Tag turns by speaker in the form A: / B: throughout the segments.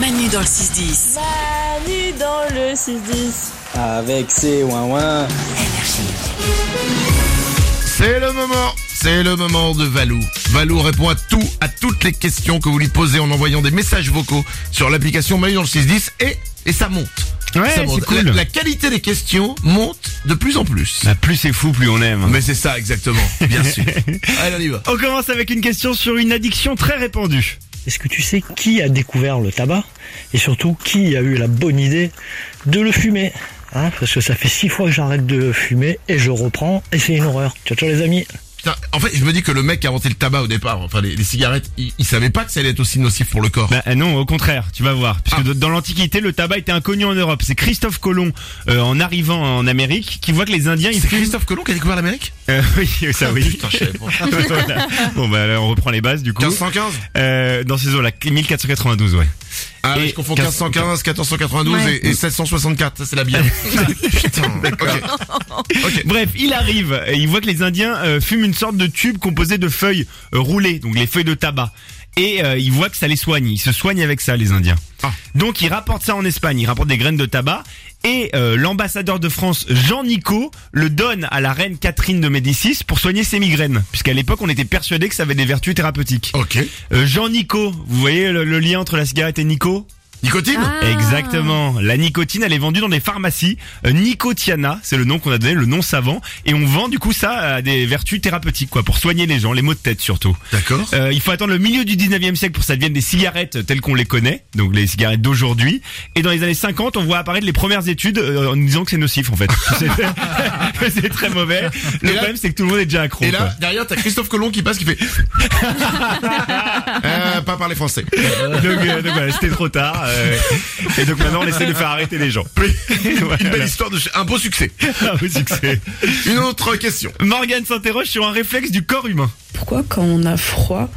A: Manu dans le 6-10.
B: Manu dans le 6-10.
C: Avec ses ouin
D: C'est le moment, c'est le moment de Valou. Valou répond à tout, à toutes les questions que vous lui posez en envoyant des messages vocaux sur l'application Mail dans le 610 et, et ça monte.
E: Ouais,
D: Ça monte.
E: Eh, c'est cool.
D: La, la qualité des questions monte de plus en plus.
E: Bah, plus c'est fou, plus on aime.
D: Mais c'est ça exactement, bien sûr. Allez, on y va.
E: On commence avec une question sur une addiction très répandue.
F: Est-ce que tu sais qui a découvert le tabac et surtout qui a eu la bonne idée de le fumer Hein, Parce que ça fait six fois que j'arrête de fumer et je reprends et c'est une horreur. Ciao ciao les amis.
D: Putain, en fait, je me dis que le mec qui a inventé le tabac au départ, enfin les, les cigarettes, il, il savait pas que ça allait être aussi nocif pour le corps.
E: Bah euh, non, au contraire, tu vas voir. Puisque
D: Ah.
E: de- dans l'Antiquité, le tabac était inconnu en Europe. C'est Christophe Colomb, euh, en arrivant en Amérique, qui voit que les Indiens, ils
D: c'est
E: fument.
D: Christophe Colomb qui a découvert l'Amérique Ah,
E: Euh, oui, ça oui.
D: Putain, je savais pas.
E: Voilà. Bon bah là, on reprend les bases du coup.
D: 1515
E: Euh, dans ces eaux-là, 1492, ouais.
D: Ah,
E: Et
D: je confonds
E: 15,
D: 1515, 1492
B: Ouais.
D: et, et 764, ça c'est la bière. Putain, d'accord.
E: Bref, il arrive et il voit que les Indiens euh, fument une sorte de tube composé de feuilles euh, roulées, donc les feuilles de tabac. Et euh, il voit que ça les soigne, ils se soignent avec ça les Indiens.
D: Ah.
E: Donc il rapporte ça en Espagne, il rapporte des graines de tabac. Et euh, l'ambassadeur de France, Jean Nico, le donne à la reine Catherine de Médicis pour soigner ses migraines. Puisqu'à l'époque, on était persuadé que ça avait des vertus thérapeutiques.
D: Ok.
E: Euh, Jean Nico, vous voyez le, le lien entre la cigarette et Nico
D: Nicotine
E: Ah. Exactement. La nicotine, elle est vendue dans des pharmacies. Euh, Nicotiana, c'est le nom qu'on a donné, le nom savant. Et on vend du coup ça à des vertus thérapeutiques, quoi, pour soigner les gens, les maux de tête surtout.
D: D'accord.
E: Euh, il faut attendre le milieu du 19e siècle pour que ça devienne des cigarettes telles qu'on les connaît, donc les cigarettes d'aujourd'hui. Et dans les années 50, on voit apparaître les premières études euh, en nous disant que c'est nocif en fait. C'est- c'est très mauvais. Le
D: Et là-
E: problème, c'est que tout le monde est déjà accro.
D: Et là,
E: quoi.
D: derrière, t'as Christophe Colomb qui passe, qui fait. euh, pas parler français.
E: donc, euh, donc voilà, c'était trop tard. euh, et donc maintenant, on essaie de faire arrêter les gens.
D: Une belle
E: Voilà. Ah,
D: histoire de. Un beau succès.
E: Au succès.
D: Une autre question.
E: Morgane s'interroge sur un réflexe du corps humain.
B: Pourquoi quand on a froid,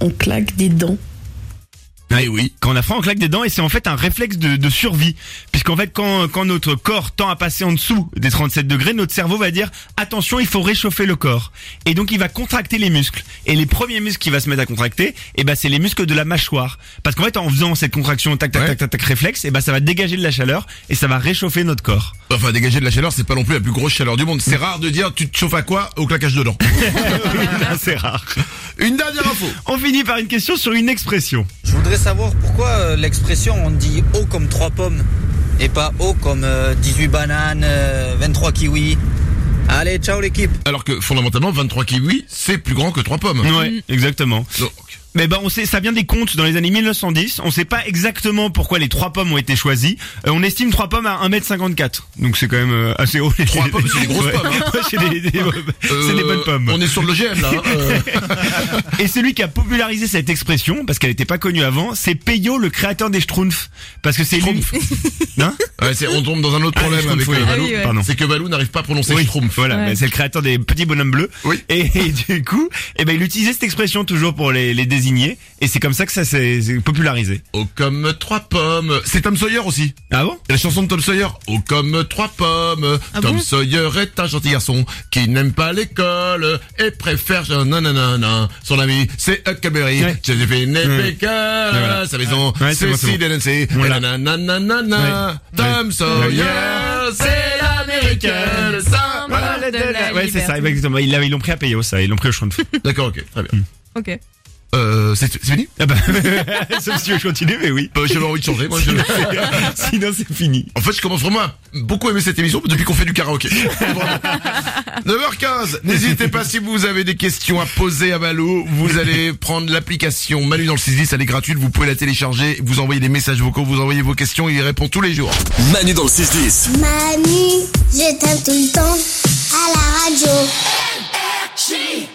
B: on claque des dents
E: Ah,
D: Eh oui.
E: Quand on a froid, on claque des dents et c'est en fait un réflexe de, de survie. Puisqu'en fait, quand, quand notre corps tend à passer en dessous des 37 degrés, notre cerveau va dire attention, il faut réchauffer le corps. Et donc, il va contracter les muscles. Et les premiers muscles qui va se mettre à contracter, eh ben, c'est les muscles de la mâchoire. Parce qu'en fait, en faisant cette contraction, tac, tac,
D: Ouais.
E: tac, tac, tac, réflexe, eh ben, ça va dégager de la chaleur et ça va réchauffer notre corps.
D: Enfin, dégager de la chaleur, c'est pas non plus la plus grosse chaleur du monde. C'est rare de dire, tu te chauffes à quoi Au claquage de dents.
E: Oui, non, c'est rare.
D: Une dernière info.
E: On finit par une question sur une expression.
G: Je voudrais savoir pourquoi euh, l'expression on dit haut comme 3 pommes et pas haut comme euh, 18 bananes, euh, 23 kiwis. Allez, ciao l'équipe
D: Alors que, fondamentalement, 23 kiwis, c'est plus grand que 3 pommes.
E: Ouais, exactement.
D: Donc,
E: Mais ben on sait, ça vient des contes dans les années 1910. On sait pas exactement pourquoi les trois pommes ont été choisies. Euh, on estime trois pommes à 1m54. Donc c'est quand même euh, assez haut.
D: Trois pommes, c'est des grosses
E: Ouais.
D: pommes, hein.
E: Ouais, c'est des, des- c'est des
D: euh,
E: bonnes pommes.
D: On est sur de l'OGM, là. hein. Euh,
E: Et celui qui a popularisé cette expression, parce qu'elle n'était pas connue avant, c'est Peyo, le créateur des Schtroumpfs. Parce que c'est lui. Hein
D: ouais, c'est- on tombe dans un autre
E: Ah,
D: problème
E: les
D: avec
E: Schtroumpfs,
D: euh,
E: oui.
D: Valou.
B: Ah oui, ouais.
E: Pardon.
D: C'est que Valou n'arrive pas à prononcer
E: Oui,
D: Schtroumpf.
E: Voilà,
B: Ouais.
E: bah, c'est le créateur des petits bonhommes bleus.
D: Oui.
E: Et, et du coup, eh ben il utilisait cette expression toujours pour les, les désigner. Et c'est comme ça que ça s'est s'est popularisé.
D: Oh, comme 3 pommes. C'est Tom Sawyer aussi.
E: Ah bon
D: La chanson de Tom Sawyer, oh comme trois pommes,
B: Ah
D: Tom
B: bon
D: Sawyer est un gentil garçon qui n'aime pas l'école et préfère nananana. Son ami c'est Huckleberry,
E: Ouais.
D: Josephine
E: Ouais.
D: Baker,
E: voilà.
D: sa maison
E: Ouais, c'est
D: c'est
E: bon, c'est
D: Sid
E: bon.
D: et Nancy,
E: On
D: et
E: l'a.
D: nananana.
E: Ouais.
D: Tom
E: Ouais.
D: Sawyer,
E: Ouais.
D: c'est l'américain, le symbole.
B: Voilà. Ah, De la
E: ouais, c'est ça,
B: liberté.
E: exactement. Ils l'avaient- ils l'ont pris à payer, oh, ça. Ils l'ont pris au champ de feu.
D: D'accord, ok, très
E: Hmm.
D: bien.
B: Ok.
D: Euh, c'est c'est fini
E: Ah bah, sauf si je continue, mais oui.
D: Bah, J'avais envie de changer, moi. je-
E: Sinon, c'est fini.
D: En fait, je commence vraiment à beaucoup aimer cette émission depuis qu'on fait du karaoké. Vraiment. 9h15, n'hésitez pas si vous avez des questions à poser à Malo, vous allez prendre l'application Manu dans le 610, elle est gratuite, vous pouvez la télécharger, vous envoyez des messages vocaux, vous envoyez vos questions, il y répond tous les jours.
A: Manu dans le 6-10.
H: Manu, je t'aime tout le temps à la radio.